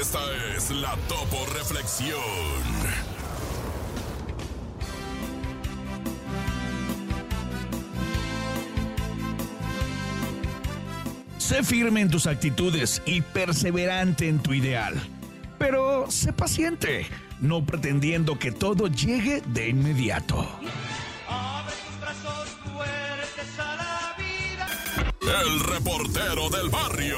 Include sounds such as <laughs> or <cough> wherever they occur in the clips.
Esta es la Topo Reflexión. Sé firme en tus actitudes y perseverante en tu ideal. Pero sé paciente, no pretendiendo que todo llegue de inmediato. El reportero del barrio.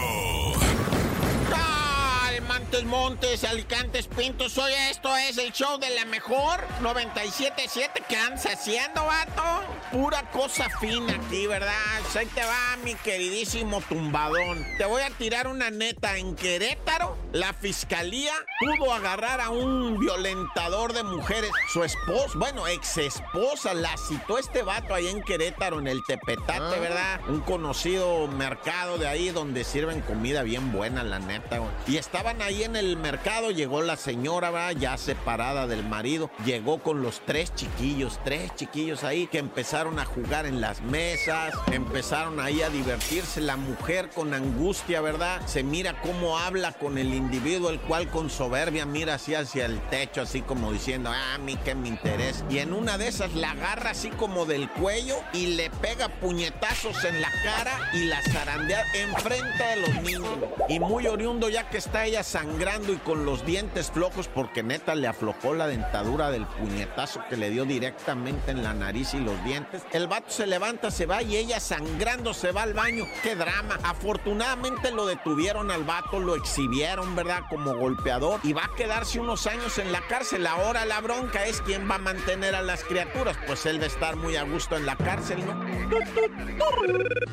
Montes, Montes, Alicantes, Pintos. Hoy esto es el show de la mejor 977 que andas haciendo, vato. Pura cosa fina aquí, ¿verdad? Pues Ahí te va, mi queridísimo tumbadón. Te voy a tirar una neta. En Querétaro, la fiscalía pudo agarrar a un violentador de mujeres. Su esposa, bueno, ex esposa, la citó este vato ahí en Querétaro, en el Tepetate, ¿verdad? Un conocido mercado de ahí donde sirven comida bien buena, la neta, güey. Y estaban ahí en el mercado llegó la señora, ¿verdad? ya separada del marido, llegó con los tres chiquillos, tres chiquillos ahí que empezaron a jugar en las mesas, empezaron ahí a divertirse, la mujer con angustia, ¿verdad? Se mira cómo habla con el individuo, el cual con soberbia mira así hacia el techo, así como diciendo, ah, a mí qué me interesa. Y en una de esas la agarra así como del cuello y le pega puñetazos en la cara y la zarandea enfrente de los niños. Y muy oriundo ya que está ella sangrando y con los dientes flojos porque neta le aflojó la dentadura del puñetazo que le dio directamente en la nariz y los dientes. El vato se levanta, se va y ella sangrando se va al baño. ¡Qué drama! Afortunadamente lo detuvieron al vato, lo exhibieron, ¿verdad? Como golpeador y va a quedarse unos años en la cárcel. Ahora la bronca es quién va a mantener a las criaturas. Pues él va a estar muy a gusto en la cárcel, ¿no?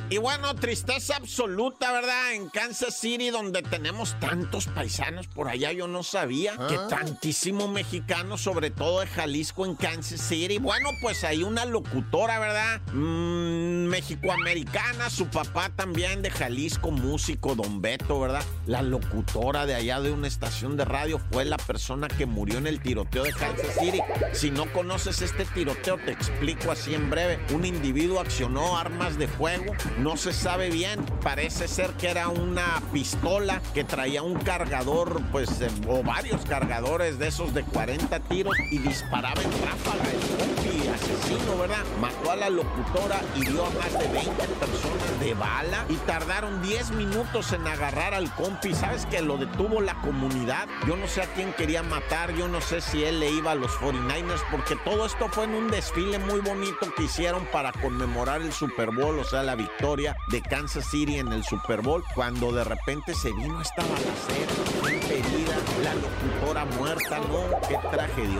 Y bueno, tristeza absoluta, ¿verdad? En Kansas City, donde tenemos tantos paisanos por allá, yo no sabía que tantísimo mexicano, sobre todo de Jalisco, en Kansas City. Bueno, pues hay una locutora, ¿verdad? Mm, mexicoamericana, su papá también de Jalisco, músico, don Beto, ¿verdad? La locutora de allá de una estación de radio fue la persona que murió en el tiroteo de Kansas City. Si no conoces este tiroteo, te explico así en breve. Un individuo accionó armas de fuego, no se sabe bien, parece ser que era una pistola que traía un cargador, pues, eh, o varios cargadores de esos de 40 tiros y disparaba en ráfaga el compi asesino, ¿verdad? Mató a la locutora, hirió a más de 20 personas de bala y tardaron 10 minutos en agarrar al compi. ¿Sabes que lo detuvo la comunidad? Yo no sé a quién quería matar, yo no sé si él le iba a los 49ers, porque todo esto fue en un desfile muy bonito que hicieron para conmemorar el Super Bowl, o sea, la victoria de Kansas City en el Super Bowl, cuando de repente se vino esta balacera, gente herida, la locutora muerta, no, qué tragedia,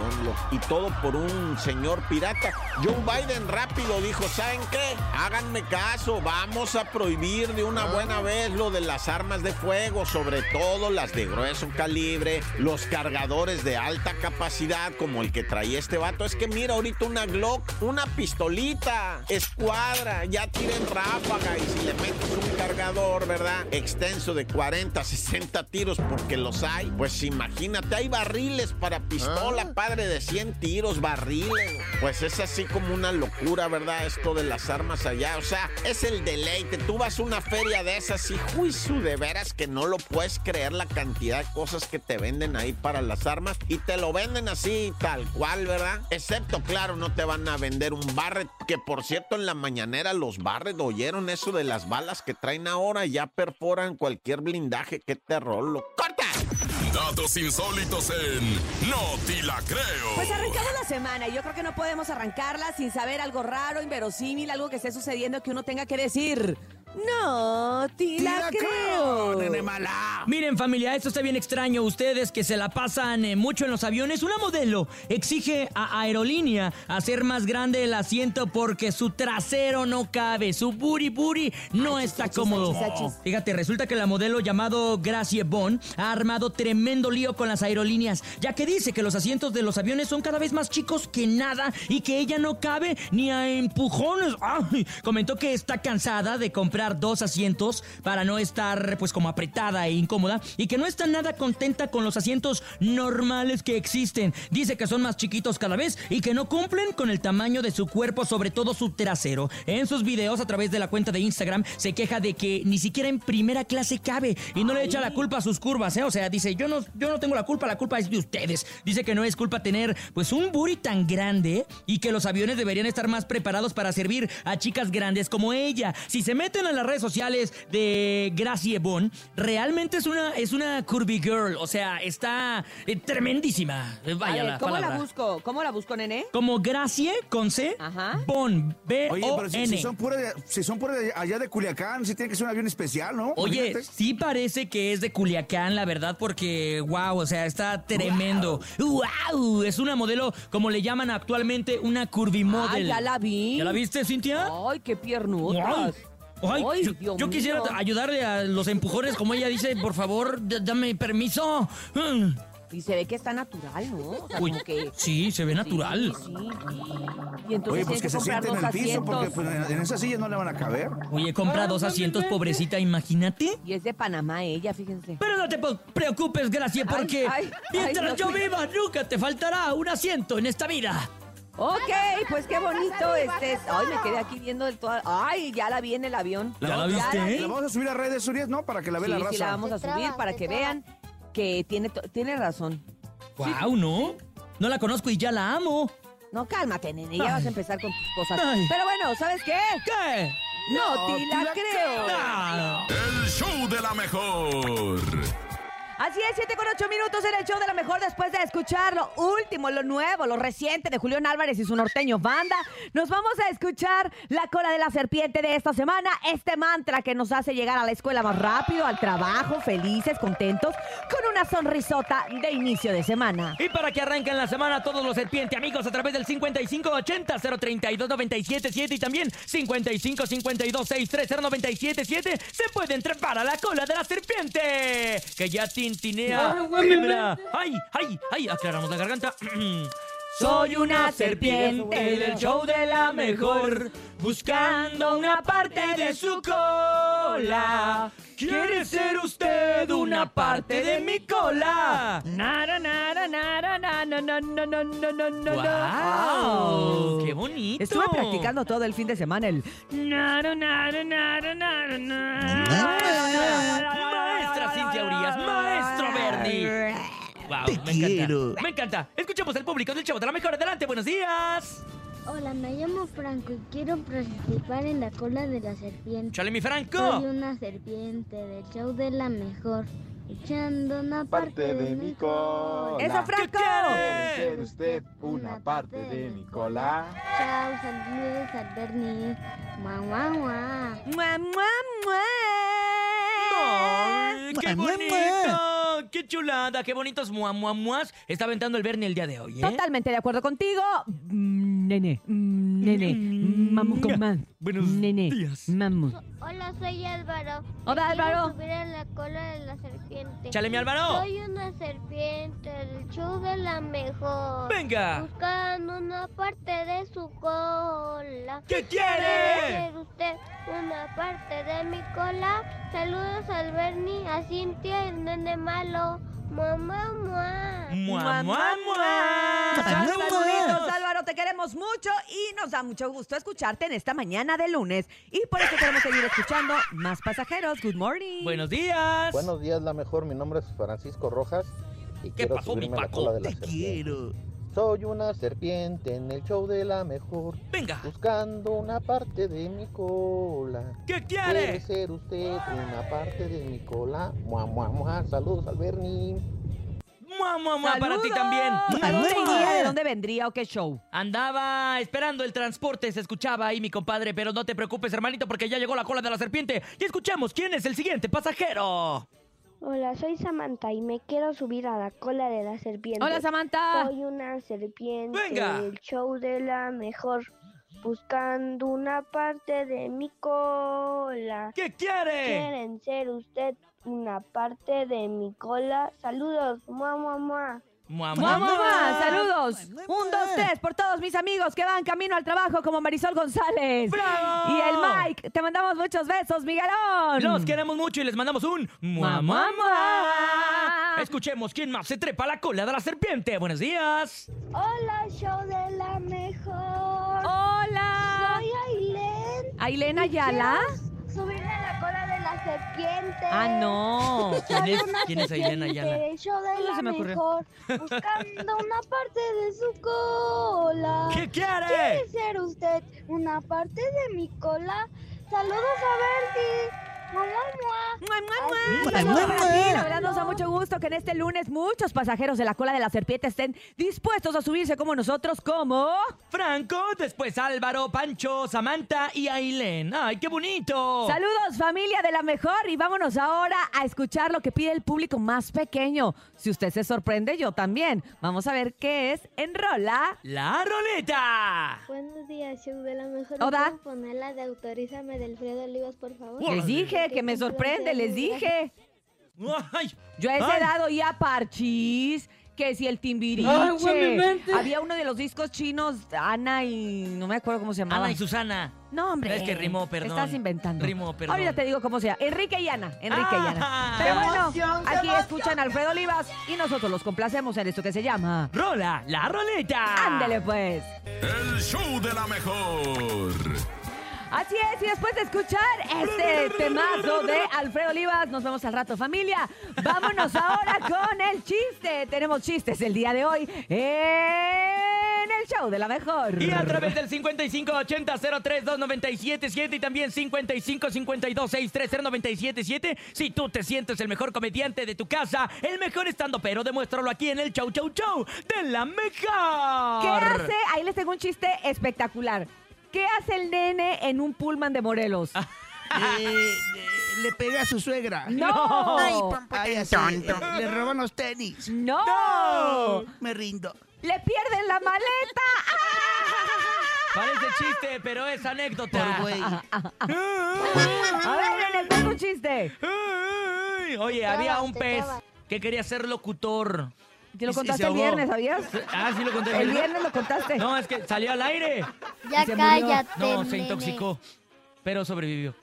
y todo por un señor pirata. Joe Biden rápido dijo, ¿saben qué? Háganme caso, vamos a prohibir de una buena vez lo de las armas de fuego, sobre todo las de grueso calibre, los cargadores de alta capacidad, como el que traía este vato. Es que mira, ahorita una Glock, una pistolita, escuadra, ya tiren ráfaga y si le metes un cargador, ¿verdad? Extenso de 40, 60 tiros, porque los hay, pues imagínate, hay barriles para pistola, padre de 100 tiros, barriles. Pues es así como una locura, ¿verdad? Esto de las armas allá, o sea, es el deleite. Tú vas a una feria de esas y juicio de veras que no lo puedes creer la cantidad de cosas que te venden ahí para las armas y te lo venden así tal cual, ¿verdad? Excepto, claro, no te van a vender un barret, que por cierto en la mañanera los barret oyeron eso de las balas que traen ahora, ya perforan cualquier blindaje, qué terror, lo corta. Datos insólitos en No Ti La Pues Creo. arrancamos la semana y yo creo que no podemos arrancarla sin saber algo raro, inverosímil, algo que esté sucediendo que uno tenga que decir. No, te la creo. Miren familia, esto está bien extraño. Ustedes que se la pasan eh, mucho en los aviones, una modelo exige a aerolínea hacer más grande el asiento porque su trasero no cabe, su buri buri no está achis, cómodo. achis, achis. Fíjate, resulta que la modelo llamado Gracie Bon ha armado tremendo lío con las aerolíneas, ya que dice que los asientos de los aviones son cada vez más chicos que nada y que ella no cabe ni a empujones. ¡Ay! Comentó que está cansada de comprar comprar dos asientos para no estar pues como apretada e incómoda y que no está nada contenta con los asientos normales que existen. Dice que son más chiquitos cada vez y que no cumplen con el tamaño de su cuerpo, sobre todo su trasero. En sus videos a través de la cuenta de Instagram se queja de que ni siquiera en primera clase cabe y no le echa la culpa a sus curvas, ¿eh? O sea, dice, yo no, yo no tengo la culpa, la culpa es de ustedes. Dice que no es culpa tener pues un booty tan grande y que los aviones deberían estar más preparados para servir a chicas grandes como ella. Si se meten a las redes sociales de Gracie Bon, realmente es una, es una curvy girl, o sea, está eh, tremendísima. Eh, A Vaya ver, la ¿cómo palabra. la busco? ¿Cómo la busco, nene? Como Gracie con C, Ajá. Bon, B Oye, O pero N. si, si son puras de- si son puras de allá de Culiacán, sí tiene que ser un avión especial, ¿no? Oye, Imagínate. sí parece que es de Culiacán, la verdad, porque wow, o sea, está tremendo. Wow, es una modelo como le llaman actualmente una curvy Ay, model. ya la vi. ¿Ya la viste, Cintia? Ay, qué Wow. piernudas. Ay, Ay, yo, Dios yo quisiera mío. ayudarle a los empujones, como ella dice, por favor, d- dame permiso. Mm. Y se ve que está natural, ¿no? O sea, Uy, como que... sí, se ve natural. Sí, sí. Y Oye, pues entonces tienes que se comprar sienten en dos el piso, porque asientos. pues, en en esas sillas no le van a caber. Oye, compra dos asientos, pobrecita, imagínate. Y es de Panamá ella, fíjense. Pero no te po- preocupes, Gracia, Este. Ay, porque ay, mientras ay, yo no. viva, nunca te faltará un asiento en esta vida. Ok, pues qué bonito este. Ay, me quedé aquí viendo el todo. Ay, ya la vi en el avión. ¿Ya la viste? vi. La vamos a subir a redes, Urias, ¿no? Para que la vea Sí, la sí, raza. la vamos a Te subir trabas, para te que trabas. vean que tiene, to- tiene razón. Wow, ¿no? No la conozco y ya la amo. No, cálmate, nene, ya Ay. vas a empezar con tus cosas. Ay. Pero bueno, ¿sabes qué? ¿Qué? No, te la, creo. Ah, El show de la mejor. Así es, 7 con 8 minutos en el show de la mejor después de escuchar lo último, lo nuevo, lo reciente de Julián Álvarez y su norteño banda. Nos vamos a escuchar la cola de la serpiente de esta semana, este mantra que nos hace llegar a la escuela más rápido, al trabajo, felices, contentos, con una sonrisota de inicio de semana. Y para que arranquen la semana todos los serpientes amigos a través del 5580-032-977 y también 5552-630-977 se pueden trepar a la cola de la serpiente que ya tintinea. Vibra. ¡Ay, ay, ay! Aclaramos la garganta. <clears throat> Soy una serpiente del show de la mejor, buscando una parte de su cola. ¿Quiere ser usted una parte de mi cola? Nara, nara, nara, na, na, na, na, na, na, na, na. ¡Wow! Oh, ¡Qué bonito! Estuve practicando todo el fin de semana el... Nara, nara, nara, nara, nara. ¡Maestra Cintia Urias! ¡Maestro Bernie! ¡Wow! me encanta. Me encanta. Escuchemos al público del Chavo de la Mejor. Adelante, buenos días. Hola, me llamo Franco y quiero participar en la cola de la serpiente. Chale, mi Soy Franco. una serpiente del show de la mejor, echando una parte, de mi cola. ¡Eso, ¿Qué Franco! quiere? Ser usted una parte de mi cola. Chao, saludos al Bernie. Mua, mua, mua. ¡Mua, mua, mua! Ay, ¡Qué bonito! ¡Qué chulada! ¡Qué bonitos mua, mua, muas! Está aventando el Bernie el día de hoy, ¿eh? Totalmente de acuerdo contigo. Mm, Nene, mm, nene, mm, vamos con más. Buenos Nene, días. vamos. Hola, soy Álvaro. Hola, Me quiero Álvaro. subir a la cola de la serpiente. ¡Chale, mi Álvaro! Soy una serpiente del show de la mejor. ¡Venga! Buscando una parte de su cola. ¿Qué ¿Quiere quiere? ser usted una parte de mi cola? Saludos al Bernie, a Cintia y al nene malo. Mamá, mamá. Mm. ¡Mua, mua, mua! eh. Saluditos, ¡Saludos! Álvaro, te queremos mucho y nos da mucho gusto escucharte en esta mañana de lunes. Y por eso queremos seguir escuchando más pasajeros. Good morning. ¡Buenos días! Buenos días, la mejor. Mi nombre es Francisco Rojas. Y ¿Qué quiero pasó, mi subirme a la Paco? cola de la serpiente. Soy una serpiente en el show de la mejor. ¡Venga! Buscando una parte de mi cola. ¿Qué ¿Quiere quiere? ser usted una parte de mi cola? Mua, mua, mua. Saludos al Bernie. ¡Mua, mua, mua! Para ti ¡Saludos! también. ¿A dónde ¡Mua! iría? ¿De dónde vendría o qué show? Andaba esperando el transporte, se escuchaba ahí mi compadre, pero no te preocupes, hermanito, porque ya llegó la cola de la serpiente. Y escuchamos quién es el siguiente pasajero. Hola, soy Samantha y me quiero subir a la cola de la serpiente. Hola, Samantha. Soy una serpiente Venga. del show de la mejor, buscando una parte de mi cola. ¿Qué quiere? ¿Quieren ser usted una parte de mi cola? Saludos, mamá, mamá. Mua, mua, ¡Mua, mua, mua! mua. saludos Un, dos, tres por todos mis amigos que van camino al trabajo como Marisol González. ¡Bravo! Y el Mike, te mandamos muchos besos, Miguelón. Los queremos mucho y les mandamos un mua, mua, mua. Escuchemos quién más se trepa a la cola de la serpiente. Buenos días. Hola, show de la mejor. ¡Hola! Ailén. ¿Ailén Ayala? Subirme a la cola de la serpiente. Ah, no. ¿Quién es, quién es Ailén Ayala? Yo de No la se me ocurrió. mejor, buscando una parte de su cola. ¿Qué quiere? ¿Quiere ser usted una parte de mi cola? Saludos a Verdi. Mua, mua, mua. ¡Mua, mua, mua! Así Saludos lo para ti. La hago. verdad nos da mucho gusto que en este lunes muchos pasajeros de la cola de la serpiente estén dispuestos a subirse como nosotros, como... Franco, después Álvaro, Pancho, Samantha y Ailén. ¡Ay, qué bonito! Saludos familia de la mejor y vámonos ahora a escuchar lo que pide el público más pequeño. Si usted se sorprende, yo también. Vamos a ver qué es Enrola. ¡La roleta! Buenos días, show de la mejor. Hola. ¿Me pueden poner la de Autorízame de Alfredo Olivas, por favor? Les dije que me sorprende, les dije. ¡Ay! Yo a esa Ay. edad oía parchís, que si el timbiriche. Ay, güey, mi mente. Había uno de los discos chinos, Ana y... no me acuerdo cómo se llamaba. Ana y Susana. No, hombre. Es que rimó, te perdón. Estás inventando. Rimó, perdón. Ahorita te digo cómo sea. Enrique y Ana. Enrique y Ana. Ah. Pero ¡Qué bueno, aquí escuchan a Alfredo Olivas y nosotros los complacemos en esto que se llama. ¡Rola! ¡La roleta! Ándele pues. El show de la mejor. Así es, y después de escuchar este temazo de Alfredo Olivas, nos vemos al rato familia. Vámonos ahora con el chiste. Tenemos chistes el día de hoy en el show de la mejor. Y a través del 5580-032977 y también 5552-630977, si tú te sientes el mejor comediante de tu casa, el mejor estando pero, demuéstralo aquí en el Chau Chau Chau de la mejor. ¿Qué hace? Ahí les tengo un chiste espectacular. ¿Qué hace el nene en un pullman de Morelos? Ah. Eh, le pegué a su suegra. ¡No! Ay, así, eh, le roban los tenis. ¡No! Me rindo. ¡Le pierden la maleta! Parece chiste, pero es anécdota. Por güey. A ver, Nene, tengo un chiste. Ay, Oye, había un Trabas, te pez trabas. que quería ser locutor. Te lo Y se- y se contaste el ahogó. viernes, ¿sabías? Ah, sí lo conté. El viernes lo contaste. No, es que salió al aire. Ya Se murió. cállate. No, se nene. intoxicó, pero sobrevivió.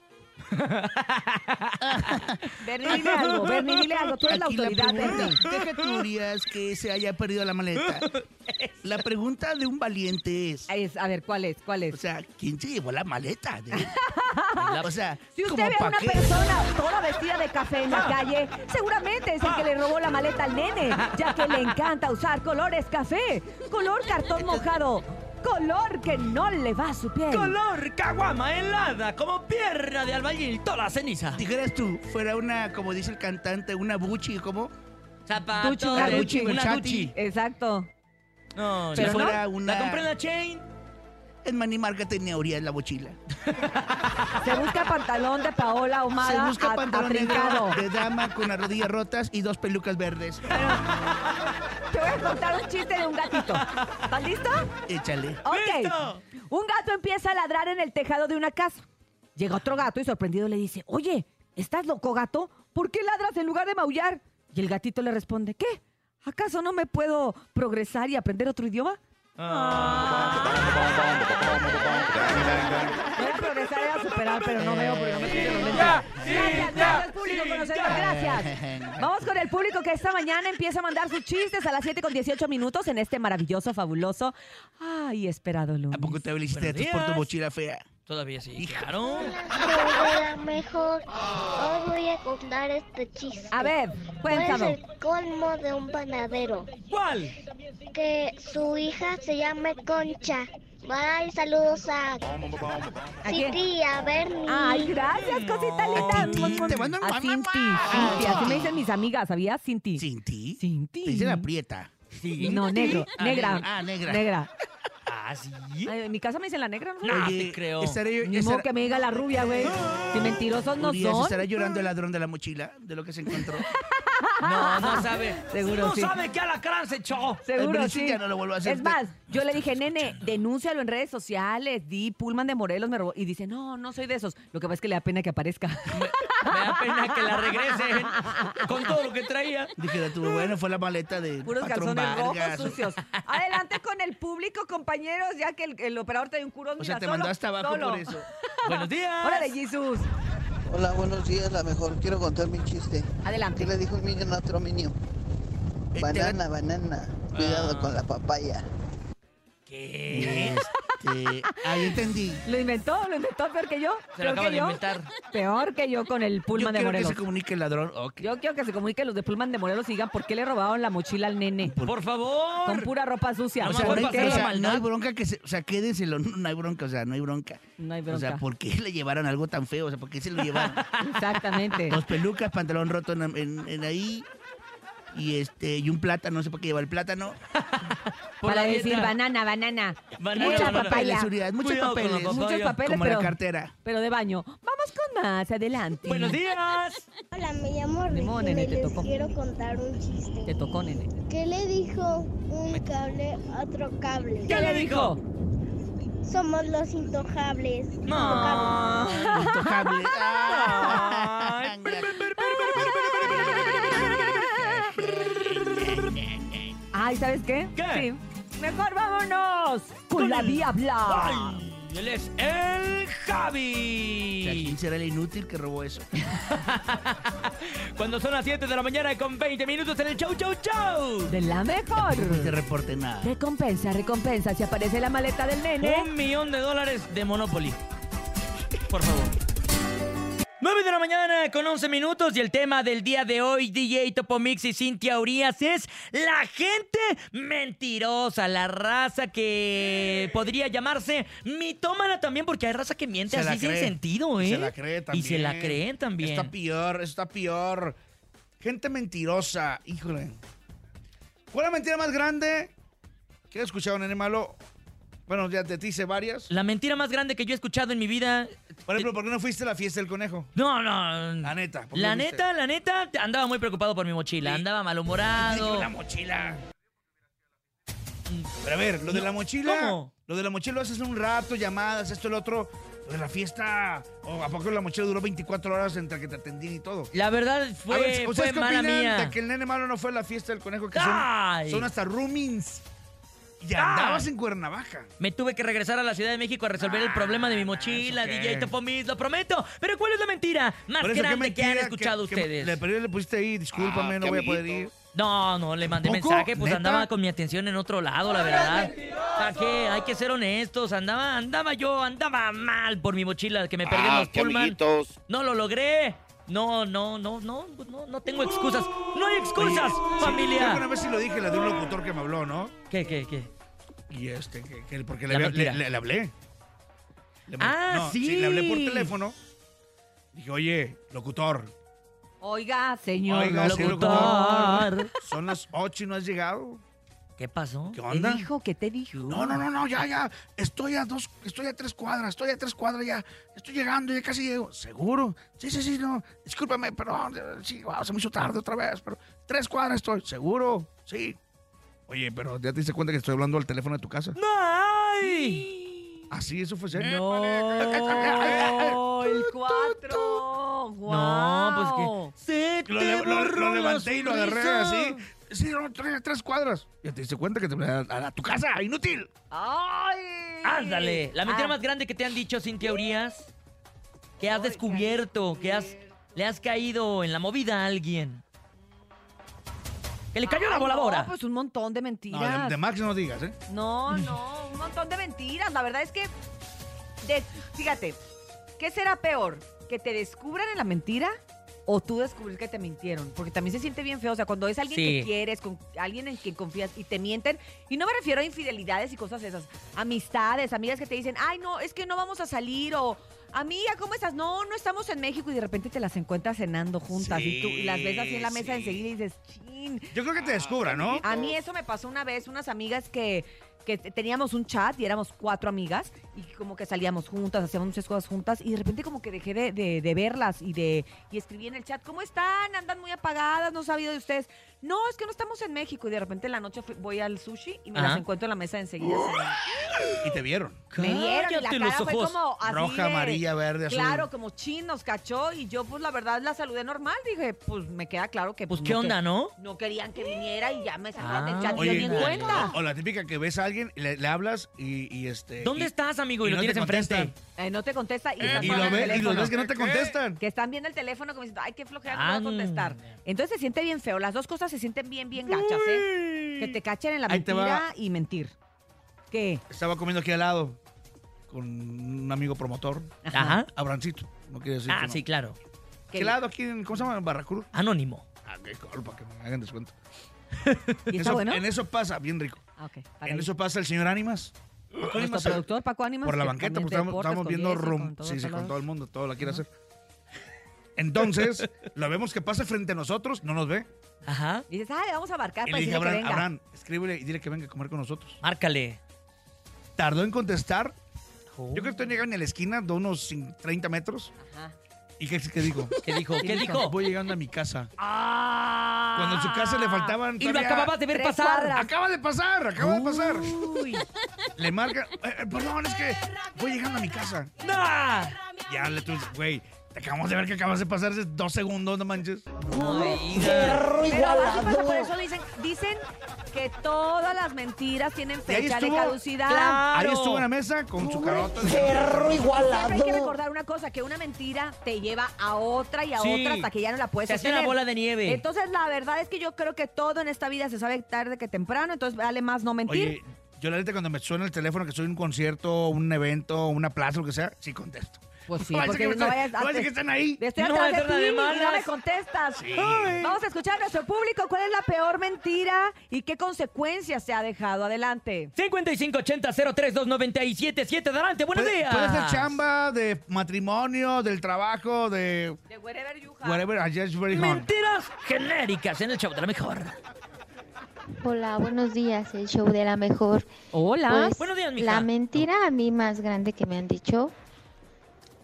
Bernie, <laughs> dile algo. Bernie, dile algo. Tú eres la Aquí la autoridad, pregunta, Bernie. deja teorías que se haya perdido la maleta. La pregunta de un valiente es, Es- a ver, ¿cuál es? ¿Cuál o es? sea, ¿quién se llevó la maleta? <laughs> de- O sea, Si usted ¿cómo ve a pa' una qué? Ah. persona toda vestida de café en la calle, seguramente es el que le robó la maleta al nene, ya que le encanta usar colores café, color cartón mojado, color que no le va a su piel. Color caguama helada como pierna de albañil, toda la ceniza. Dijeras tú, fuera una, como dice el cantante, una buchi, ¿cómo? Zapato Duchi, de- una Duchi. una Duchi. Exacto. No, Si la, Pero no, la fuera compré en una... la chain. En Manny Market tenía oría en la mochila. Se busca pantalón de Paola Omar. Se busca pantalón negro de dama con las rodillas rotas y dos pelucas verdes. Te voy a contar un chiste de un gatito. ¿Estás listo? Échale. Ok. ¡Listo! Un gato empieza a ladrar en el tejado de una casa. Llega otro gato y sorprendido le dice, oye, ¿estás loco gato? ¿Por qué ladras en lugar de maullar? Y el gatito le responde, ¿qué? ¿Acaso no me puedo progresar y aprender otro idioma? Voy a progresar era superar, pero no veo porque no me quito los lentes. Gracias, gracias, público conocedor, gracias. Vamos con el público que esta mañana empieza a mandar sus chistes a las 7 con 18 minutos en este maravilloso, fabuloso, ay, esperado lunes. ¿A poco te felicitaste Buenos por tu días. mochila fea? Todavía sí. Claro. Show de la mejor. Hoy voy a contar este chiste. A ver, ¿Cuál es cuéntame. el colmo de un panadero? ¿Cuál? Que su hija se llame Concha. Bye, saludos a quién? Cinti, a Bernie. Ay, gracias, cosita linda. Te mando un A mamá. Cinti, Cinti, así me dicen mis amigas, ¿sabías? Cinti. ¿Sin ti? Sin ti. Te dicen aprieta. No, negro, Ah, negra. negra. Ah, negra. Negra. Ah, sí. Ay, en mi casa me dicen la negra, ¿no? No. Ah, te creo. Estaré, Ni modo que me diga la rubia, güey. Si mentirosos no Urias, son. <laughs> estará llorando el ladrón de la mochila, de lo que se encontró. No, no sabe. Seguro no sí. sabe que alacrán se echó. Seguro Pero eso sí. ya no lo vuelvo a hacer. Es más, yo le dije, nene, denúncialo en redes sociales, di Pullman de Morelos me robó. Y dice, no, no soy de esos. Lo que pasa es que le da pena que aparezca. Me da pena que la <laughs> regresen con todo lo que traía. Dijera tú, bueno, fue la maleta de Puros Patrón calzones rojos Vargas. sucios. Adelante con el público, compañeros, ya que el, el operador trae un curón. O mira, sea, te solo- mandó hasta abajo solo. por <laughs> eso. Buenos días. Órale, Jesús. Hola, buenos días, la mejor. Quiero contar mi chiste. Adelante. ¿Qué le dijo un niño a otro niño? Eh, te Ah. la- Banana, banana. Cuidado con la papaya. ¿Qué? Este, ahí entendí. Lo inventó, lo inventó peor que yo. Se lo peor que acabo de yo, inventar. Peor que yo con el Yo Pullman de quiero que Morelos. se comunique el ladrón. Ok. Yo quiero que se comuniquen los de Pullman de Morelos y digan por qué le robaron la mochila al nene. Por Con favor. pura ropa sucia. No O me sea, acuerdo no, ¿Por pasar hay- qué? o sea, la maldad. no hay bronca que se, o sea, quédenselo, no hay bronca, o sea, no hay bronca. No hay O sea, bronca. ¿por qué <laughs> le llevaron algo tan feo? O sea, ¿por qué se lo <laughs> llevaron? Exactamente. Dos pelucas, pantalón roto en, en- en ahí y este y un plátano, no sé por qué lleva el <laughs> plátano. Por Para la decir dieta. banana, banana. Banana, Mucha banana. Papeles, papaya. seguridad, muchos Cuidado con la papeles. papaya. Muchos papeles, Como pero, la cartera. pero de baño. Vamos con más, adelante. Buenos días. Hola, me llamo Limón, nene, Regina y te les tocó. quiero contar un Te chiste. tocó, nene. ¿Qué le dijo un cable a otro cable? ¿Qué le dijo? Somos los intocables. No. Intocable. Ay. Ay, ¿sabes qué? ¿Qué? Sí. Mejor vámonos con la diabla. Ay, Él es el O sea, Javi. ¿Quién será el inútil que robó eso? <laughs> Cuando son las 7 de la mañana con 20 minutos en el show, show, show. De la mejor. No te reporte nada. Recompensa, recompensa. Si aparece la maleta del ¿Eh? nene. Un millón de dólares de Monopoly. Por favor. 9 de la mañana con 11 minutos y el tema del día de hoy, DJ Topomix y Cintia Urias, es la gente mentirosa, la raza que podría llamarse mitómana también, porque hay raza que miente Se la así sin cree. sentido, Y ¿eh? se la cree también. Y se la creen también. Está peor, eso está peor. Gente mentirosa, híjole. ¿Cuál es la mentira más grande que he escuchado, nene malo? Bueno, ya te hice varias. La mentira más grande que yo he escuchado en mi vida. eh, Por ejemplo, ¿por qué no fuiste a la fiesta del conejo? No, no. La neta. ¿por qué La no fuiste? neta, la neta, andaba muy preocupado por mi mochila. Andaba malhumorado. La mochila. Pero a ver, lo de la mochila. ¿Cómo? Lo de la mochila lo haces en un rato, llamadas, esto, el otro. Lo de la fiesta. o ¿A poco la mochila duró 24 horas entre que te atendían y todo? La verdad fue, a ver, fue ¿ustedes qué mala opinan mía. de que el nene malo no fue a la fiesta del conejo? Que son, ¡Ay! son hasta roomings. Y ¡Ay! andabas en Cuernavaca. Me tuve que regresar a la Ciudad de México a resolver el problema de mi mochila, Ah, ¿eso qué? DJ Topomis, lo prometo. Pero ¿cuál es la mentira más Por eso, ¿qué grande que han mentira escuchado que- que ustedes? le, pero le pusiste ahí, discúlpame, Ah, no qué voy a poder ir. amiguito. No, no, le mandé ¿Tampoco? mensaje, pues ¿Neta? andaba con mi atención en otro lado, la verdad. ¿Para qué? Hay que ser honestos. Andaba, andaba yo, andaba mal por mi mochila que me perdí Ah, en los Pullman. No lo logré. No, no, no, no, pues, no, no tengo excusas. No hay excusas, Creo que familia. una vez sí lo dije, la de un locutor que me habló, ¿no? ¿Qué, qué, qué? Y este, que, que- porque La le, le- mentira. le- le hablé. Le- Ah, sí. Le hablé por teléfono. Dije, oye, locutor, Oiga, señor. Oiga, sí, Locutor. son las 8 y no has llegado. ¿Qué pasó? ¿Qué ¿Qué onda? dijo? ¿Qué te dijo? No, no, no, no, ya, ya. Estoy a dos, estoy a tres cuadras, estoy a tres cuadras ya. Estoy llegando, ya casi llego. ¿Seguro? Sí, sí, sí, no. Discúlpame, perdón. Sí, wow, se me hizo tarde otra vez, pero tres cuadras estoy. ¿Seguro? Sí. Oye, pero ¿ya te diste cuenta que estoy hablando al teléfono de tu casa? ¡Ay! Así, eso fue serio. <laughs> No, el 4. No, pues que. Se Lo, te le- lo- lo borró la levanté y lo agarré sonrisa. así. Sí, no, tres, tres cuadras. ¿Ya te diste cuenta que te a, a- a tu casa? ¡Inútil! ¡Ay! Ándale. La mentira Ah, más grande que te han dicho, Cintia Urias, que has descubierto, que has le has caído en la movida a alguien. Que le cayó la ay, voladora. No, pues un montón de No, mentiras. de, de Max no digas, ¿eh? No, no, un montón de mentiras. La verdad es que, de- fíjate, ¿qué será peor? ¿Que te descubran en la mentira o tú descubrir que te mintieron? Porque también se siente bien feo. O sea, cuando es alguien Sí. que quieres, con alguien en quien confías y te mienten. Y no me refiero a infidelidades y cosas esas. Amistades, amigas que te dicen, ay, no, es que no vamos a salir o... Amiga, ¿cómo estás? No, no estamos en México y de repente te las encuentras cenando juntas y tú y las ves así en la mesa enseguida y dices, chin, Yo creo que te descubra, ¿no? a mí eso me pasó una vez, unas amigas que, que te- teníamos un chat y éramos cuatro amigas y como que salíamos juntas, hacíamos muchas cosas juntas y de repente como que dejé de, de- de verlas y de y escribí en el chat, ¿cómo están? Andan muy apagadas, no he sabido de ustedes. No, es que no estamos en México y de repente en la noche fui- voy al sushi y me Ajá. las encuentro en la mesa enseguida. cenando. Y te vieron. Me vieron y la Cállate cara los fue ojos. como así Roja, de- amarilla, verde, azul. Claro, como chin, nos cachó y yo pues la verdad la saludé normal. Dije, pues me queda claro que... Pues, ¿qué no onda, que- no? No querían que viniera y ya me sacaron del Ah. chat y yo Oye, ni en cuenta. O, o la típica que ves a alguien, le, le hablas y, y este. ¿Dónde y- estás, amigo? Y, y lo no te tienes enfrente. contestan. Eh, no te contesta y, están Y, viendo lo el ves, y los teléfono. ves que no te contestan. Que están viendo el teléfono como diciendo, ay, qué flojera, no voy a Ah, contestar. Entonces se siente bien feo. Las dos cosas se sienten bien, bien gachas, ¿eh? Que te cachen en la Ahí te va. mentira y mentir. ¿Qué? Estaba comiendo aquí al lado con un amigo promotor, Ajá. Abrancito. No quiero decir. Ah, sí, claro. ¿Qué? ¿Qué lado aquí? en- ¿Cómo se llama? En Barracruz. Anónimo. Ah, qué culpa, que me hagan descuento. <laughs> ¿Y está Eso- bueno? En eso pasa, bien rico. Ah, ok, para En ahí. eso pasa el señor Ánimas. Paco Nuestro Ánimas, productor Paco Ánimas. Por la que banqueta, también porque estamos, deportes, estamos con viendo yeso, rum. todo, Sí, sí, con lado. todo el mundo, todo la quiere hacer. Entonces, <laughs> lo vemos que pasa frente a nosotros, no nos ve. Ajá. Y dices, ay, vamos a abarcar Y para le dije a decirle Abraham, que venga. Abraham, escríbele y dile que venga a comer con nosotros. Márcale. Tardó en contestar. Oh. Yo creo que llegando en la esquina de unos cin- 30 metros. Ajá. ¿Y qué, qué dijo? ¿Qué dijo? ¿Qué dijo? Voy llegando a mi casa. Cuando en su casa le faltaban. Y lo todavía- acababas de ver Tres pasar. cuadras. Acaba de pasar, acaba de pasar. Uy, Le marca. "Eh, eh, perdón, es que voy llegando a mi casa. ¡Nah! Ya le tú, güey, te acabamos de ver que acabas de pasar hace dos segundos, no manches. pero así pasa, por eso dicen, dicen que todas las mentiras tienen Y ahí fecha de estuvo- caducidad. Claro. Ahí estuvo en la mesa con su carota. Siempre hay que recordar una cosa, que una mentira te lleva a otra y a Sí. otra hasta que ya no la puedes Se hace una sostener. bola de nieve. Entonces, la verdad es que yo creo que todo en esta vida se sabe tarde que temprano, entonces vale más no mentir. Oye, yo la neta cuando me suena el teléfono que soy en un concierto, un evento, una plaza, lo que sea, sí contesto. pues sí, no vayas a porque que me no estén- vayas no vayas a que estén ahí. Estoy No vayas atrás a de ser la de ti, y no malas. me contestas. Sí. Ay. Vamos a escuchar a nuestro público cuál es la peor mentira y qué consecuencias se ha dejado. Adelante. 5580-032977. Adelante, buenos Puede, días. puede ser ah, chamba de matrimonio, del trabajo, de De wherever you have. whatever, I just very hard. Mentiras genéricas en el show de la mejor. Hola, buenos días, el show de la mejor. Hola. Pues, Buenos días, mija. La mentira a mí más grande que me han dicho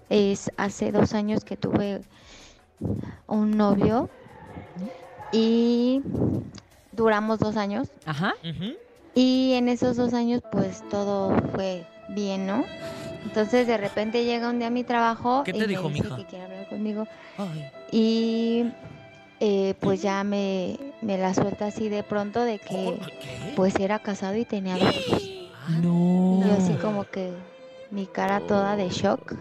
es hace dos años que tuve un novio y duramos dos años Ajá. Ujú. y en esos dos años pues todo fue bien, ¿no? Entonces de repente llega un día a mi trabajo ¿Qué y te me dijo, dice mija? que quiere hablar conmigo Ay. y eh, pues ya me, me la suelta así de pronto de que pues era casado y tenía dos hijos. No. Y yo Mm. así como que mi cara toda de shock.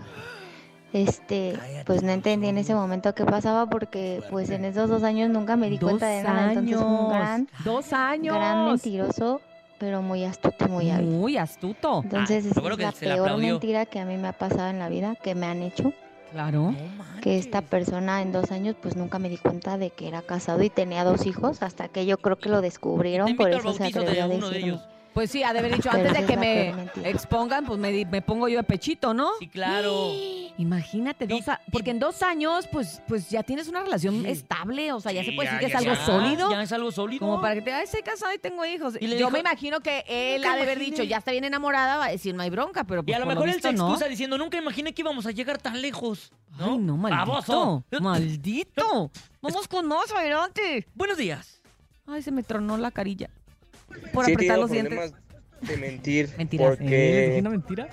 Este, pues no entendí en ese momento qué pasaba porque pues en esos dos años nunca me di cuenta de nada. Entonces fue un gran, Dos años. gran mentiroso, pero muy astuto y muy hábil. Muy astuto. Entonces Ah, esa seguro es que la se le peor aplaudió. mentira que a mí me ha pasado en la vida, que me han hecho, Claro. que esta persona en dos años pues nunca me di cuenta de que era casado y tenía dos hijos, hasta que yo creo que lo Te descubrieron, invito por al eso se bautizo atrevió de a uno de decirme. ellos. Pues sí, ha de haber dicho Pero antes de esa es que la me peor mentira. expongan, pues me, di- me pongo yo de pechito, ¿no? Sí, claro. <gasps> Imagínate, dos a- porque en dos años, pues, pues ya tienes una relación Sí. estable, o sea, ya Sí, se puede ya- decir que ya es algo Ya, sólido. Ya es algo sólido. Como para que te, ay, estoy casado y tengo hijos. Y Yo le dijo- me imagino que él ha de haber dicho, ya está bien enamorada, va a decir, no hay bronca, pero Y pues, a lo por mejor él visto, se no. excusa diciendo, nunca imaginé que íbamos a llegar tan lejos. ¿No? Ay, no, maldito. Baboso. Maldito. Vamos con más adelante. Buenos días. Ay, se me tronó la carilla. Por apretar los dientes. de mentir. Mentiras. ¿Eh? Porque mentira?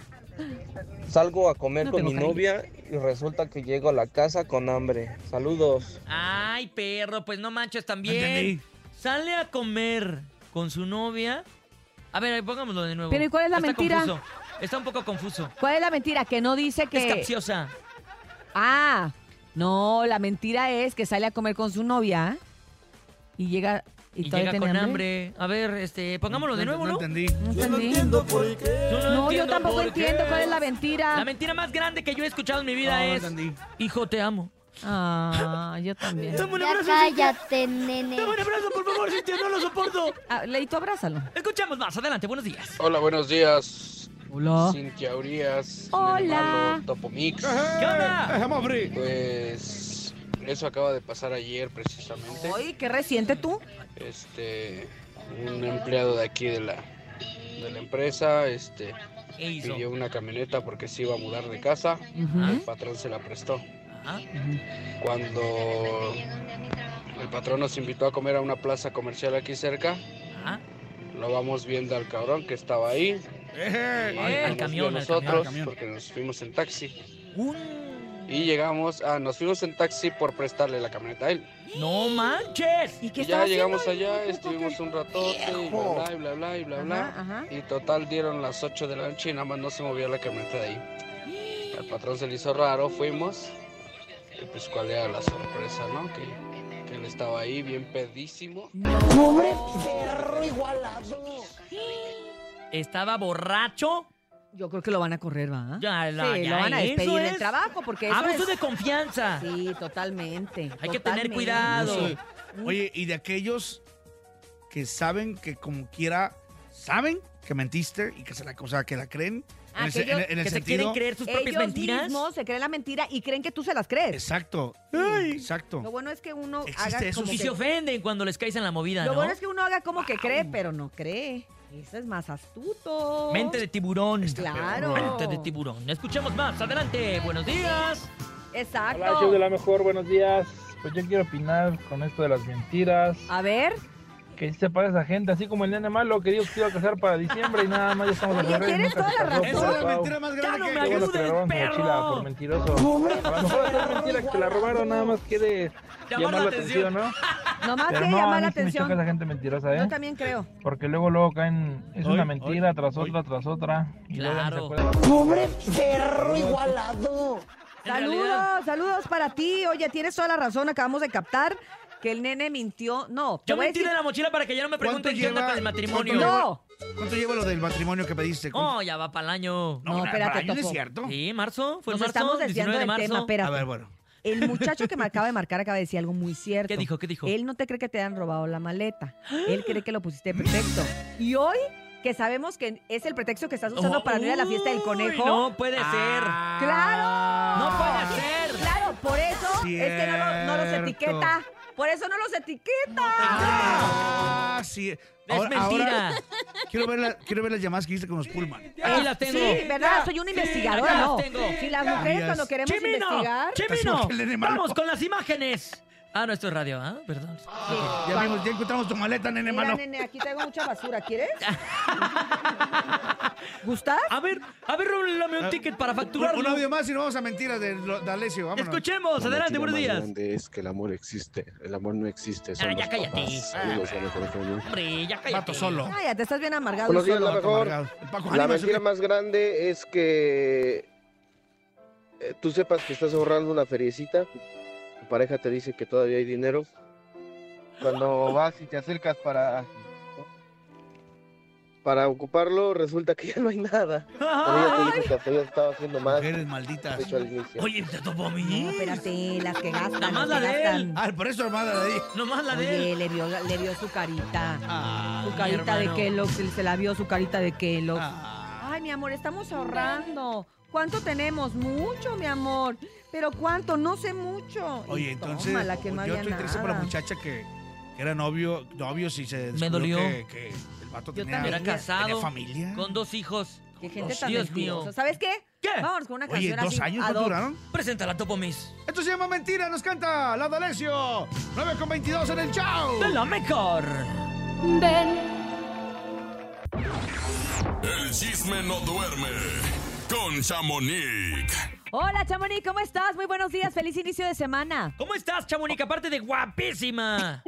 salgo a comer No con tengo mi cariño. novia y resulta que llego a la casa con hambre. Saludos. Ay, perro, pues no manches No también. entendí. Sale a comer con su novia. A ver, pongámoslo de nuevo. Pero, ¿y cuál es la Está mentira? confuso. Está un poco confuso. ¿Cuál es la mentira? Que no dice que... Es capciosa. Ah, no, la mentira es que sale a comer con su novia y llega y, Y, todavía llega tiene con hambre. A ver, este, pongámoslo de nuevo, No ¿no? entendí. No entendí. no No, yo entiendo tampoco por entiendo qué. cuál es la mentira. La mentira más grande que yo he escuchado en mi No, vida no es, entendí. hijo, te amo. Ah, yo también. Dame un Ya abrazo, cállate, nene. Cintia. Dame un abrazo, por favor, Cintia, no lo soporto. Ah, Leito, abrázalo. Escuchamos más, adelante, buenos días. Hola, buenos días. Hola. Cintia Urias. Hola. Malo, Topomix. ¿Qué onda? Dejamos abrir. Pues eso acaba de pasar ayer precisamente. Ay, qué reciente tú. Este, un empleado de aquí de la de la empresa, este, ¿Qué hizo? pidió una camioneta porque se iba a mudar de casa. Ujú. El patrón se la prestó. Ah. Cuando el patrón nos invitó a comer a una plaza comercial aquí cerca, Ajá. lo vamos viendo al cabrón que estaba ahí. Eh, Y al no nos camión, vio al nosotros camión. porque nos fuimos en taxi. Y llegamos, ah, nos fuimos en taxi por prestarle la camioneta a él. ¡No manches! ¿Y Y ya llegamos allá, estuvimos un ratote y bla bla y bla bla y bla bla. Ajá, ajá. Y total dieron las 8 de la noche y nada más no se movía la camioneta de ahí. Al patrón se le hizo raro, fuimos. Y pues cuál era la sorpresa, ¿no? Que, que él estaba ahí bien pedísimo. ¡Pobre perro igualado! Estaba borracho. Yo creo que lo van a correr, ¿va? Ya, la- sí, ya, lo van a eso despedir del es. Ah, trabajo porque eso Abuso es... de <laughs> confianza. Sí, totalmente. Hay que tener totalmente. cuidado. Sí. Oye, y de aquellos que saben que como quiera, saben que mentiste y que se la, o sea, que la creen. Ah, el se- aquellos el que se quieren creer sus propias Ellos mentiras. mismos se creen la mentira y creen que tú se las crees. Exacto. Exacto. Lo bueno es que uno Existe haga eso, como Y que... se ofenden cuando les caes en la movida, Lo ¿no? bueno es que uno haga como que cree, pero no cree. Eso es más astuto. Mente de tiburón. Pues Claro. Mente de tiburón. Escuchemos más. Adelante. Buenos días. Exacto. Hola, show de la mejor, buenos días. Pues yo quiero opinar con esto de las mentiras. A ver. Que se para esa gente, así como el nene malo que dijo que se iba a casar para diciembre y nada más ya estamos Oye, a febrero y tienes nunca toda se la casó, razón. Ah, Esa por es la favor. mentira más grande Qué que- bueno ¡Ayuda que le robaron su mochila por mentiroso. A lo mejor es mentira que la robaron, nada más quiere llamar la atención, ¿no? Nomás Pero que no, a Ah, llamar mí la sí me choca atención. esa gente mentirosa, ¿eh? Yo también creo. Porque luego, luego caen. Es Hoy, una mentira tras otra, tras otra. Y Claro. luego ni se acuerdan. ¡Pobre perro igualado! En realidad- Saludos, saludos para ti. Oye, tienes toda la razón. Acabamos de captar que el nene mintió. No, te Yo voy a mentí decir. de la mochila para que ya no me ¿Cuánto pregunten qué onda lleva- con el matrimonio. cuánto lleva- No, ¿Cuánto lleva lo del matrimonio que pediste? ¿Cuánto- No, ya va para el año. No, espérate, para- ¿no es Topo. cierto? Sí, marzo. Fue nos marzo. estamos 19 desviando de del marzo. tema. A Espérate. ver, bueno. El <laughs> muchacho que me acaba de marcar acaba de decir algo muy cierto. ¿Qué dijo? ¿Qué dijo? Él no te cree que te han robado la maleta. Él cree que lo pusiste perfecto. Y hoy, que sabemos que es el pretexto que estás usando Oh, para no ir a la fiesta del uy, conejo. No puede Ah. ser. ¡Claro! No puede ser. Claro, por eso es que no, lo- no los Cierto. etiqueta. Por eso no los etiqueta. Ah, sí. Es mentira. quiero, ver la- quiero ver las llamadas que hiciste con los Pullman. Ahí las tengo. Sí, ¿verdad? Soy una investigadora, ya ¿no? las tengo. Si las mujeres Ya. cuando queremos ¡Chimino! investigar... ¡Chimino! Te suelta el ¡Vamos animal. con las imágenes! Ah, no, esto es radio, ¿ah? Perdón. Ya vimos, ya encontramos tu maleta, nene Mira, malo. nene, aquí traigo mucha basura. ¿Quieres? ¿Gustas? A ver, a ver, róbame un ticket para facturarlo. Ah, Un, un audio más y no vamos a mentiras de, lo- de Alessio. Vámonos. Escuchemos, La adelante, mentira buenos más días. grande es que el amor existe. El amor no existe. Son Ah, ya los cállate. papás. Saludos, la mejor reunión. Hombre, ya cállate. Vato solo. Ay, ya te estás bien amargado. Buenos días, solo. la mejor. El Paco La Ánimas, mentira ¿o más grande es que eh, tú sepas que estás ahorrando una feriecita, tu pareja te dice que todavía hay dinero. Cuando Ah, vas y te acercas para para ocuparlo, resulta que ya no <laughs> hay nada. Pero ella te dijo que hasta ya estaba haciendo qué? más, de Mujeres malditas. hecho al inicio. Oye, te topó a mí. No, espérate, las que gastan. Nada más las que la de gastan. él. Ah, por eso hermana de ahí. Nomás la de Oye, él. le vio, le vio su carita. Ah, su carita de hermano. Kellogg's, él se la vio su carita de Kellogg's. ah. Ay, mi amor, estamos ahorrando. ¿Cuánto tenemos? Mucho, mi amor. Pero ¿cuánto? No sé mucho. Y Oye, entonces tómala, que no yo había estoy triste por la nada. muchacha que, que era novio, novios y se descubrió dolió. Que, que el vato Yo tenía, también. Era tenía casado. familia. Con dos hijos. Qué gente Dios tan mío. mentirosa. ¿Sabes qué? ¿Qué? Vámonos con una Oye, canción dos así. años ad no hoc. duraron. Preséntala, Topomis. Esto se llama mentira, nos canta Lado Alessio. 9 con 22 en el chao. De la mejor. El chisme no duerme con Chamonix. Hola, Chamonix, ¿cómo estás? Muy buenos días. Feliz inicio de semana. ¿Cómo estás, Chamonica? Aparte de guapísima.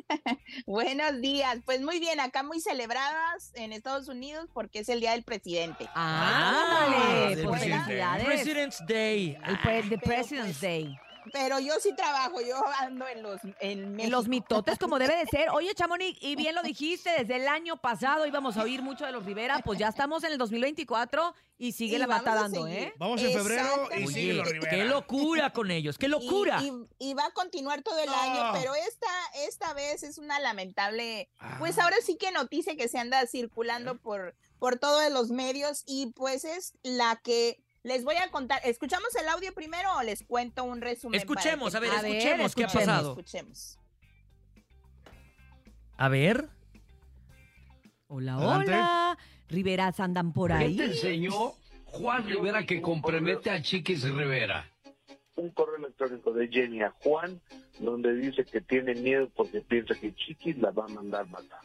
Buenos días. Pues muy bien, acá muy celebradas en Estados Unidos porque es el Día del Presidente. ¡Ándale! Ah, del pues presidente. felicidades. President's Day. El Ah, pre- the pues, pues, President's Day. Pero yo sí trabajo, yo ando en los en Y Los México. mitotes como debe de ser. Oye, Chamonix, y bien <laughs> lo dijiste, desde el año pasado íbamos a oír mucho de los Rivera, pues ya estamos en el 2024 y sigue Y la mata vamos a dando, seguir. ¿eh? Vamos en febrero y Exactamente. Oye, sigue los qué Rivera. locura con ellos, qué Y- locura. Y, y va a continuar todo el No. año, pero esta, esta vez es una lamentable, Ah. pues ahora sí que noticia que se anda circulando por, por todos los medios y pues es la que les voy a contar. ¿Escuchamos el audio primero o les cuento un resumen? para Escuchemos, que- a ver, A ver, escuchemos qué ha escuchemos. pasado. Escuchemos. A ver. Hola, Adelante. hola. Riveras andan por ¿Qué ahí. te enseñó Juan Rivera que compromete a Chiquis Rivera? un correo electrónico de Jenny a Juan donde dice que tiene miedo porque piensa que Chiquis la va a mandar matar.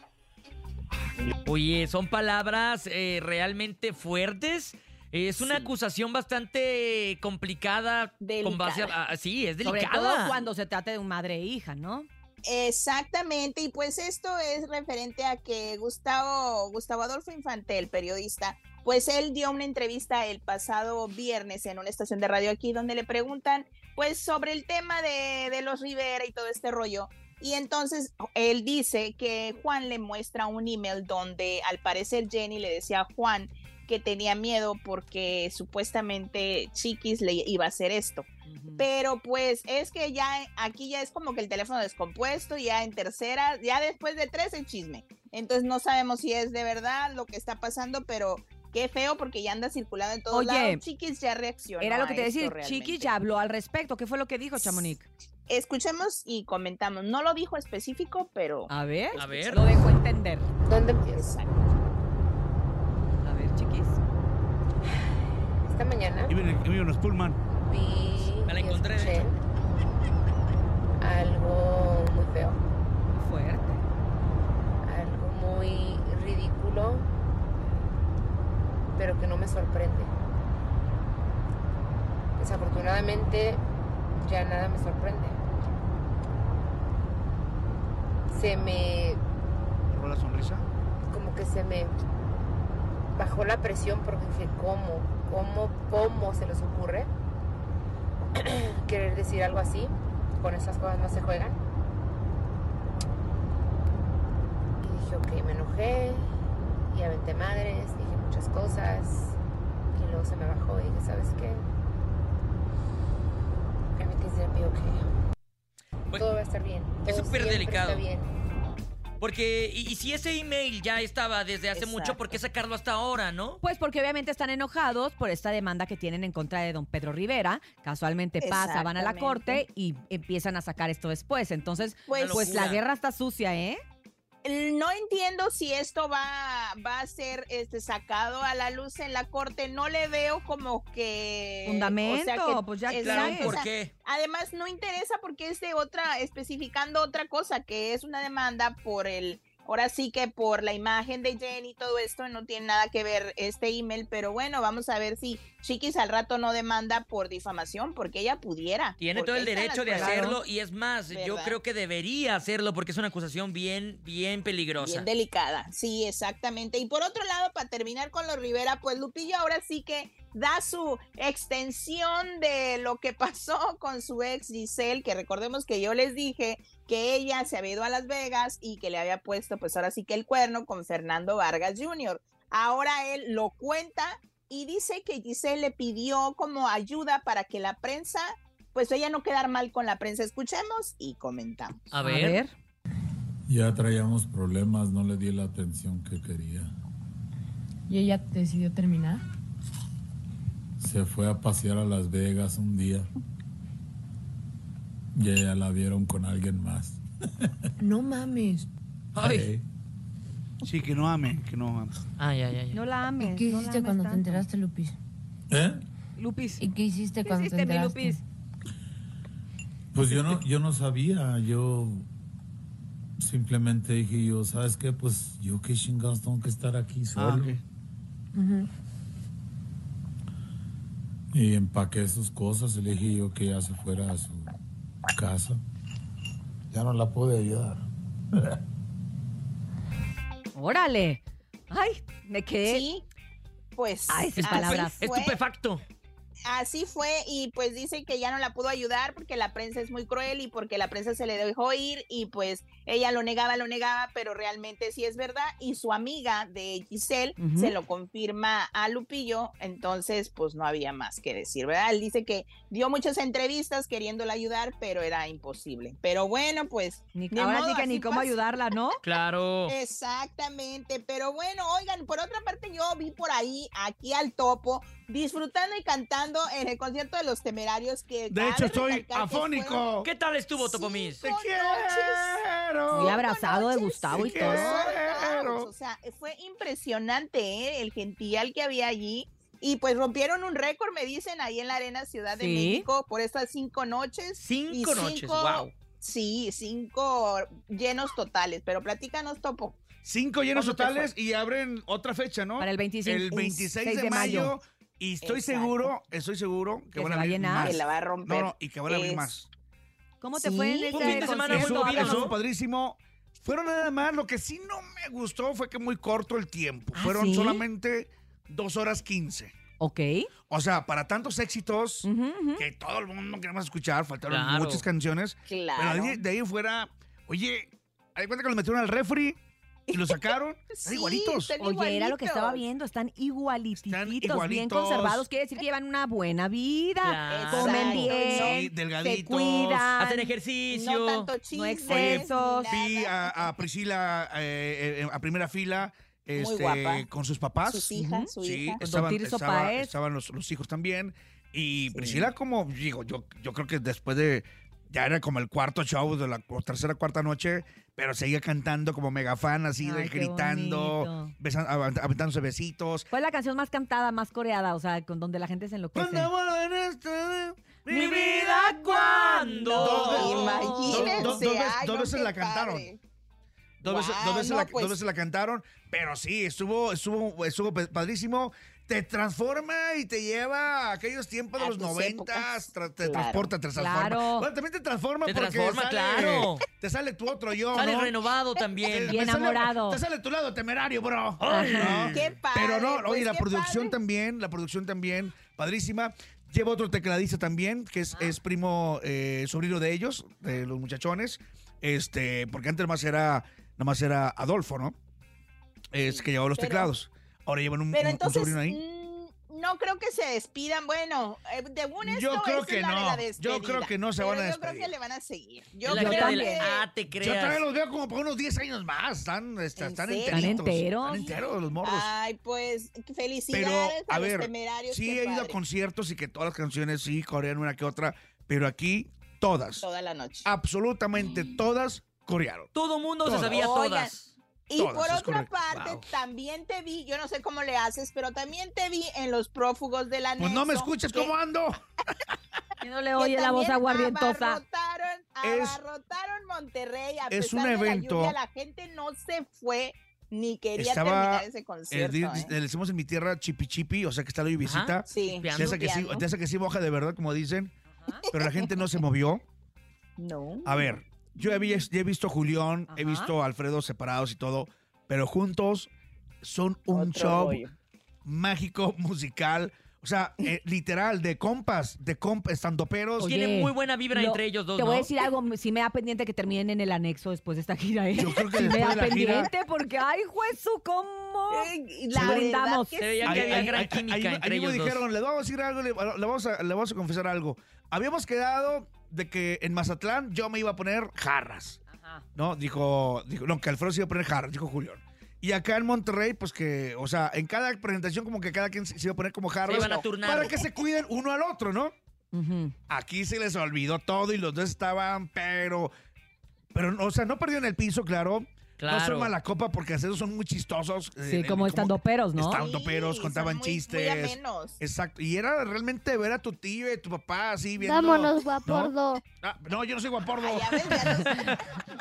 Oye, son palabras eh, realmente fuertes. Es una acusación bastante complicada con base a, a- sí, es delicada. Sobre todo cuando se trata de un madre e hija, ¿no? Exactamente, y pues esto es referente a que Gustavo, Gustavo Adolfo Infante, el periodista, pues él dio una entrevista el pasado viernes en una estación de radio aquí donde le preguntan pues sobre el tema de, de los Rivera y todo este rollo. Y entonces él dice que Juan le muestra un email donde al parecer Jenny le decía a Juan que tenía miedo porque supuestamente Chiquis le iba a hacer esto. Pero pues es que ya aquí ya es como que el teléfono descompuesto, ya en tercera, ya después de tres el chisme. Entonces no sabemos si es de verdad lo que está pasando, pero qué feo porque ya anda circulando en todos Oye, lados. Chiquis ya reaccionó. Era lo a que te esto decía, realmente. Chiqui ya habló al respecto. ¿Qué fue lo que dijo Chamonix? Escuchemos y comentamos. No lo dijo específico, pero Este, a ver, a ver. Lo dejo entender. ¿Dónde empieza? A ver, chiquis. Esta mañana Iba en, el- iba en los Pullman. vi y escuché algo muy feo. Fuerte. Algo muy ridículo, pero que no me sorprende. Desafortunadamente ya nada me sorprende. Se me Robó la sonrisa. como que se me bajó la presión porque dije, ¿cómo? ¿Cómo? ¿Cómo se les ocurre <clears throat> querer decir algo así? Con esas cosas no se juegan. Y dije, ok, me enojé y aventé madres, dije muchas cosas y luego se me bajó y dije, ¿sabes qué? Everything's gonna be okay. Todo va a estar bien. es todo súper siempre delicado. Está bien. Porque, y, y si ese email ya estaba desde hace mucho, ¿por qué sacarlo hasta ahora, no? Pues porque obviamente están enojados por esta demanda que tienen en contra de don Pedro Rivera. Casualmente pasa, van a la Exactamente. corte y empiezan a sacar esto después. Entonces, Pues- pues, Una la locura. guerra está sucia, ¿eh? no entiendo si esto va, va a ser este, sacado a la luz en la corte. No le veo como que. Fundamento, pues ya Exacto, qué. o sea, ¿Por qué? Además, no interesa porque es de otra, especificando otra cosa, que es una demanda por el. Ahora sí que por la imagen de Jenny y todo esto no tiene nada que ver este email, pero bueno, vamos a ver si Chiquis al rato no demanda por difamación, porque ella pudiera. Tiene porque todo el ahí están derecho las de pruebas. hacerlo y es más, yo ¿Verdad? creo que debería hacerlo porque es una acusación bien, bien peligrosa. Bien delicada, sí, exactamente. Y por otro lado, para terminar con los Rivera, pues Lupillo ahora sí que da su extensión de lo que pasó con su ex Giselle, que recordemos que yo les dije que ella se había ido a Las Vegas y que le había puesto pues ahora sí que el cuerno con Fernando Vargas Jr. Ahora él lo cuenta y dice que Giselle le pidió como ayuda para que la prensa, pues ella no quedar mal con la prensa. Escuchemos y comentamos. A ver. Ya traíamos problemas, no le di la atención que quería. Y ella decidió terminar. Se fue a pasear a Las Vegas un día y ella la vieron con alguien más. <laughs> No mames. Ay. Sí, que no ame, que no ame. Ay, ay, ay. No la ames. ¿Qué no la hiciste ames cuando te tanto. enteraste, Lupis? ¿Eh? Lupis. ¿Y qué hiciste ¿Qué cuando hiciste, te mi enteraste? Lupis? Pues yo no, yo no sabía, yo simplemente dije yo, ¿sabes qué? Pues yo qué chingados tengo que estar aquí solo. Ujú. Y empaqué sus cosas y le dije yo que ya se fuera a su casa. Ya no la pude ayudar. <laughs> Órale. Ay, me quedé. Sí, pues. Ay, sin palabras. Estupefacto. Así fue y pues dice que ya no la pudo ayudar porque la prensa es muy cruel y porque la prensa se le dejó ir y pues ella lo negaba, lo negaba, pero realmente sí es verdad y su amiga de Giselle Ujú. se lo confirma a Lupillo, entonces pues no había más que decir, ¿verdad? Él dice que dio muchas entrevistas queriéndola ayudar, pero era imposible. Pero bueno, pues... ni Ahora sí modo, que ni así cómo pasa. ayudarla, ¿no? Claro. Exactamente, pero bueno, oigan, por otra parte yo vi por ahí, aquí al topo, disfrutando y cantando en el concierto de los temerarios que... De hecho, estoy afónico. ¿Qué tal estuvo, Topomis? Te quiero. Muy abrazado de Gustavo y todo. Claro. O sea, fue impresionante ¿eh? el gentil que había allí. Y pues rompieron un récord, me dicen, ahí en la Arena Ciudad de Sí. México por estas cinco noches. Cinco Y noches, guau. Sí, cinco llenos totales. Pero platícanos, Topo. Cinco llenos ¿Cómo te totales y abren otra fecha, ¿no? Para el 25. El 26 de, de mayo. mayo. Y estoy Exacto. seguro, estoy seguro que, Que van a se va a abrir llenar. más. Que la va a romper. No, no, y que van a abrir Es- más. ¿Cómo te fue en Un ese fin de semana concierto? estuvo bien, Háblanos. estuvo padrísimo. Fueron nada más, lo que sí no me gustó fue que muy corto el tiempo. Fueron ¿Ah, ¿sí? solamente dos horas quince. Ok. O sea, para tantos éxitos que todo el mundo queremos escuchar, faltaron Claro. muchas canciones. Claro. Pero de ahí, de ahí fuera, oye, hay cuenta que los metieron al refri y <laughs> los sacaron. Están igualitos. Oye, era lo que estaba viendo, están igualititos, bien igualitos. conservados, quiere decir que llevan una buena vida, Claro. comen Exacto, bien, Sí, se delgaditos. cuidan, Hacen ejercicio. no tanto chisme, no excesos. Vi a, a Priscila eh, eh, a primera fila. este, guapa. con sus papás. Sus hijas, su sí, hija. Con don Estaban, Tirso estaba- Paez. estaban los, los hijos también. Y Priscila, como digo, yo, yo creo que después de. Ya era como el cuarto show de la o tercera, cuarta noche, pero seguía cantando como mega fan, así, de Ay, qué gritando, bonito. besan- avent- aventándose besitos. ¿Cuál es la canción más cantada, más coreada? O sea, con donde la gente se enloquece. este Mi vida cuando. Dos veces- dos- dos- Imagínense, dos veces- ay, dos no, veces qué la cantaron. padre. Dos veces, Guau, dos veces no, la, pues- dos veces la cantaron, pero sí, estuvo, estuvo, estuvo pe- padrísimo. Te transforma y te lleva a aquellos tiempos de A los tus noventas, tra- te Claro. transporta, te transforma. Claro. Bueno, también te transforma Te porque transforma, sale- claro. te sale tu otro yo, Sales ¿no? renovado Te- también. te sale- te sale tu lado temerario, bro. Ay, Ajá. no. Qué padre, Pero no, pues, oye, la qué producción también, la producción también, padrísima. Lleva otro tecladista también, que es, es primo eh, sobrino de ellos, de los muchachones. Este, porque antes nomás era, nomás era Adolfo, ¿no? Es que llevaba los pero- teclados. Ahora llevan un, Pero un- un entonces, sobrino ahí. mm, no creo que se despidan. Bueno, eh, de un esto Yo creo es que la de la no. Yo creo que no se despedida, van a pero Yo creo despedir. que le van a seguir. Yo la creo gira que... de la- Ah, te Yo creas. todavía los veo como por unos 10 años más. Están, est- ¿En están, serio? enteritos. ¿Están enteros? Están enteros los morros. Ay, pues Pero, felicidades a, a los ver, temerarios. sí qué he ido a padre. conciertos y que todas las canciones sí corean una que otra, pero aquí todas. Toda la noche. Absolutamente todas corearon. Todo mundo Todas. se sabía Oigan, todas. Y Todas, por es otra correcto. parte, Wow. también te vi, yo no sé cómo le haces, pero también te vi en Los Prófugos de la Pues no me escuches cómo <laughs> ando. No le oye la voz aguardientosa. Abarrotaron, Es- abarrotaron Monterrey. A es pesar un de evento- la, lluvia, la gente no se fue ni quería Estaba, terminar ese el di- concierto. ¿eh? le decimos en mi tierra chipi chipi, o sea que está la visita. Sí. De esa que sí, Chipeando. de esa que sí moja de verdad, como dicen. Pero la gente no se movió. No. A ver, yo he, vi- ya he visto a Julián, he Ajá. visto a Alfredo separados y todo, pero juntos son un Otro show rollo. mágico, musical. O sea, eh, literal, de compas, de compas, estandoperos. Oye, lo- Te voy a decir algo, si me da pendiente que terminen en el anexo después de esta gira, ¿eh? Yo creo que me después da de la gira- pendiente porque, ay, juez, ¿cómo? la Se brindamos. verdad que Se veía que sí. había gran química ahí- ahí entre mismo ellos dos. dijeron, le vamos a decir algo, le, le vamos a, le vamos a confesar algo. Habíamos quedado de que en Mazatlán yo me iba a poner jarras. No, dijo, dijo, no, que Alfredo se iba a poner jarras, dijo Julián. Y acá en Monterrey, pues que, o sea, en cada presentación como que cada quien se se iba a poner como jarras. iban a turnar. Para que se cuiden uno al otro, ¿no? Aquí se les olvidó todo y los dos estaban, pero... Pero, o sea, no perdieron el piso, claro. No Claro. son mala copa porque esos son muy chistosos. Sí, eh, como estando peros, ¿no? Estando peros, contaban chistes. amenos. Exacto. Y era realmente ver a tu tío y a tu papá así viendo. Vámonos, ¿No? guapordo. Ah, no, yo no soy guapordo.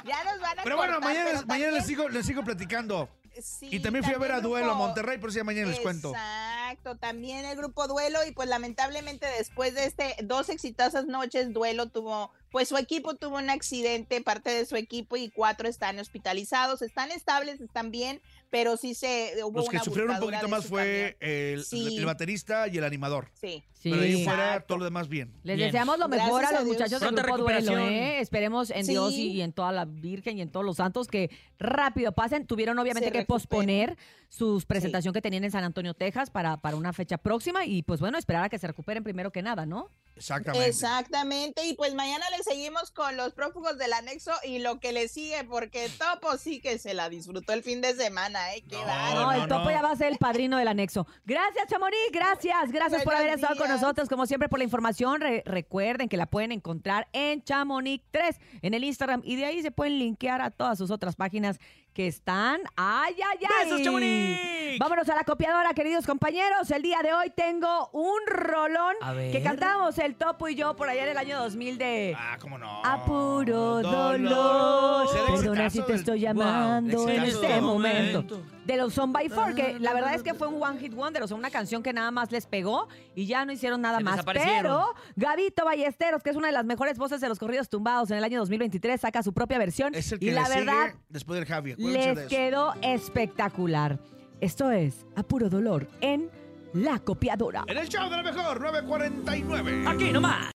Ya nos van a Pero bueno, cortar, mañana, pero mañana les, sigo, les sigo platicando. Sí, y también fui a ver a también Duelo a hubo- Monterrey, pero sí, mañana les cuento. Exacto, también el grupo Duelo y pues lamentablemente después de este dos exitosas noches Duelo tuvo, pues su equipo tuvo un accidente, parte de su equipo y cuatro están hospitalizados, están estables, están bien, pero sí se hubo Los que una sufrieron un volcadura poquito de más su fue el, Sí. el baterista y el animador. Sí. Pero ahí Sí. fuera, todo lo demás bien. Les deseamos lo mejor Gracias a a los Dios. muchachos del Pronta grupo Duelo, recuperación. ¿eh? Esperemos en Sí. Dios y, y en toda la Virgen y en todos los santos que rápido pasen. Tuvieron obviamente Se que recuperen. posponer su presentación que tenían en San Antonio, Texas, para, para una fecha próxima y pues bueno, esperar a que se recuperen primero que nada, ¿no? Exactamente. Exactamente, y pues mañana le seguimos con los prófugos del anexo y lo que le sigue, porque Topo sí que se la disfrutó el fin de semana, ¿eh? Qué bárbaro. No, el topo ya va a ser el padrino del anexo. Gracias, Chamonix, gracias, gracias por Buenos haber estado con días. nosotros, como siempre, por la información. Re- recuerden que la pueden encontrar en Chamonix 3, en el Instagram, y de ahí se pueden linkear a todas sus otras páginas que están. ¡Ay, ay, ay! ¡Besos, Chamonix! Vámonos a la copiadora, queridos compañeros. El día de hoy tengo un rolón A ver. que cantábamos el Topo y yo por allá en el año 2000 de... Ah, cómo no. Apuro dolor. Dolor. Ese era Perdona exitazo si te del- estoy Wow, llamando en exitazo este del momento. momento. De los Son by Four, Ah, que la verdad es <laughs> que fue un one hit wonder, o sea, una canción que nada más les pegó y ya no hicieron nada Se más. desaparecieron. Pero Gabito Ballesteros, que es una de las mejores voces de los corridos tumbados en el año 2023, saca su propia versión. Es el que y la le sigue verdad, después del Javi. acuérdense de les eso. quedó espectacular. Esto es A Puro Dolor en La Copiadora. En el show de la mejor, 949. Aquí nomás.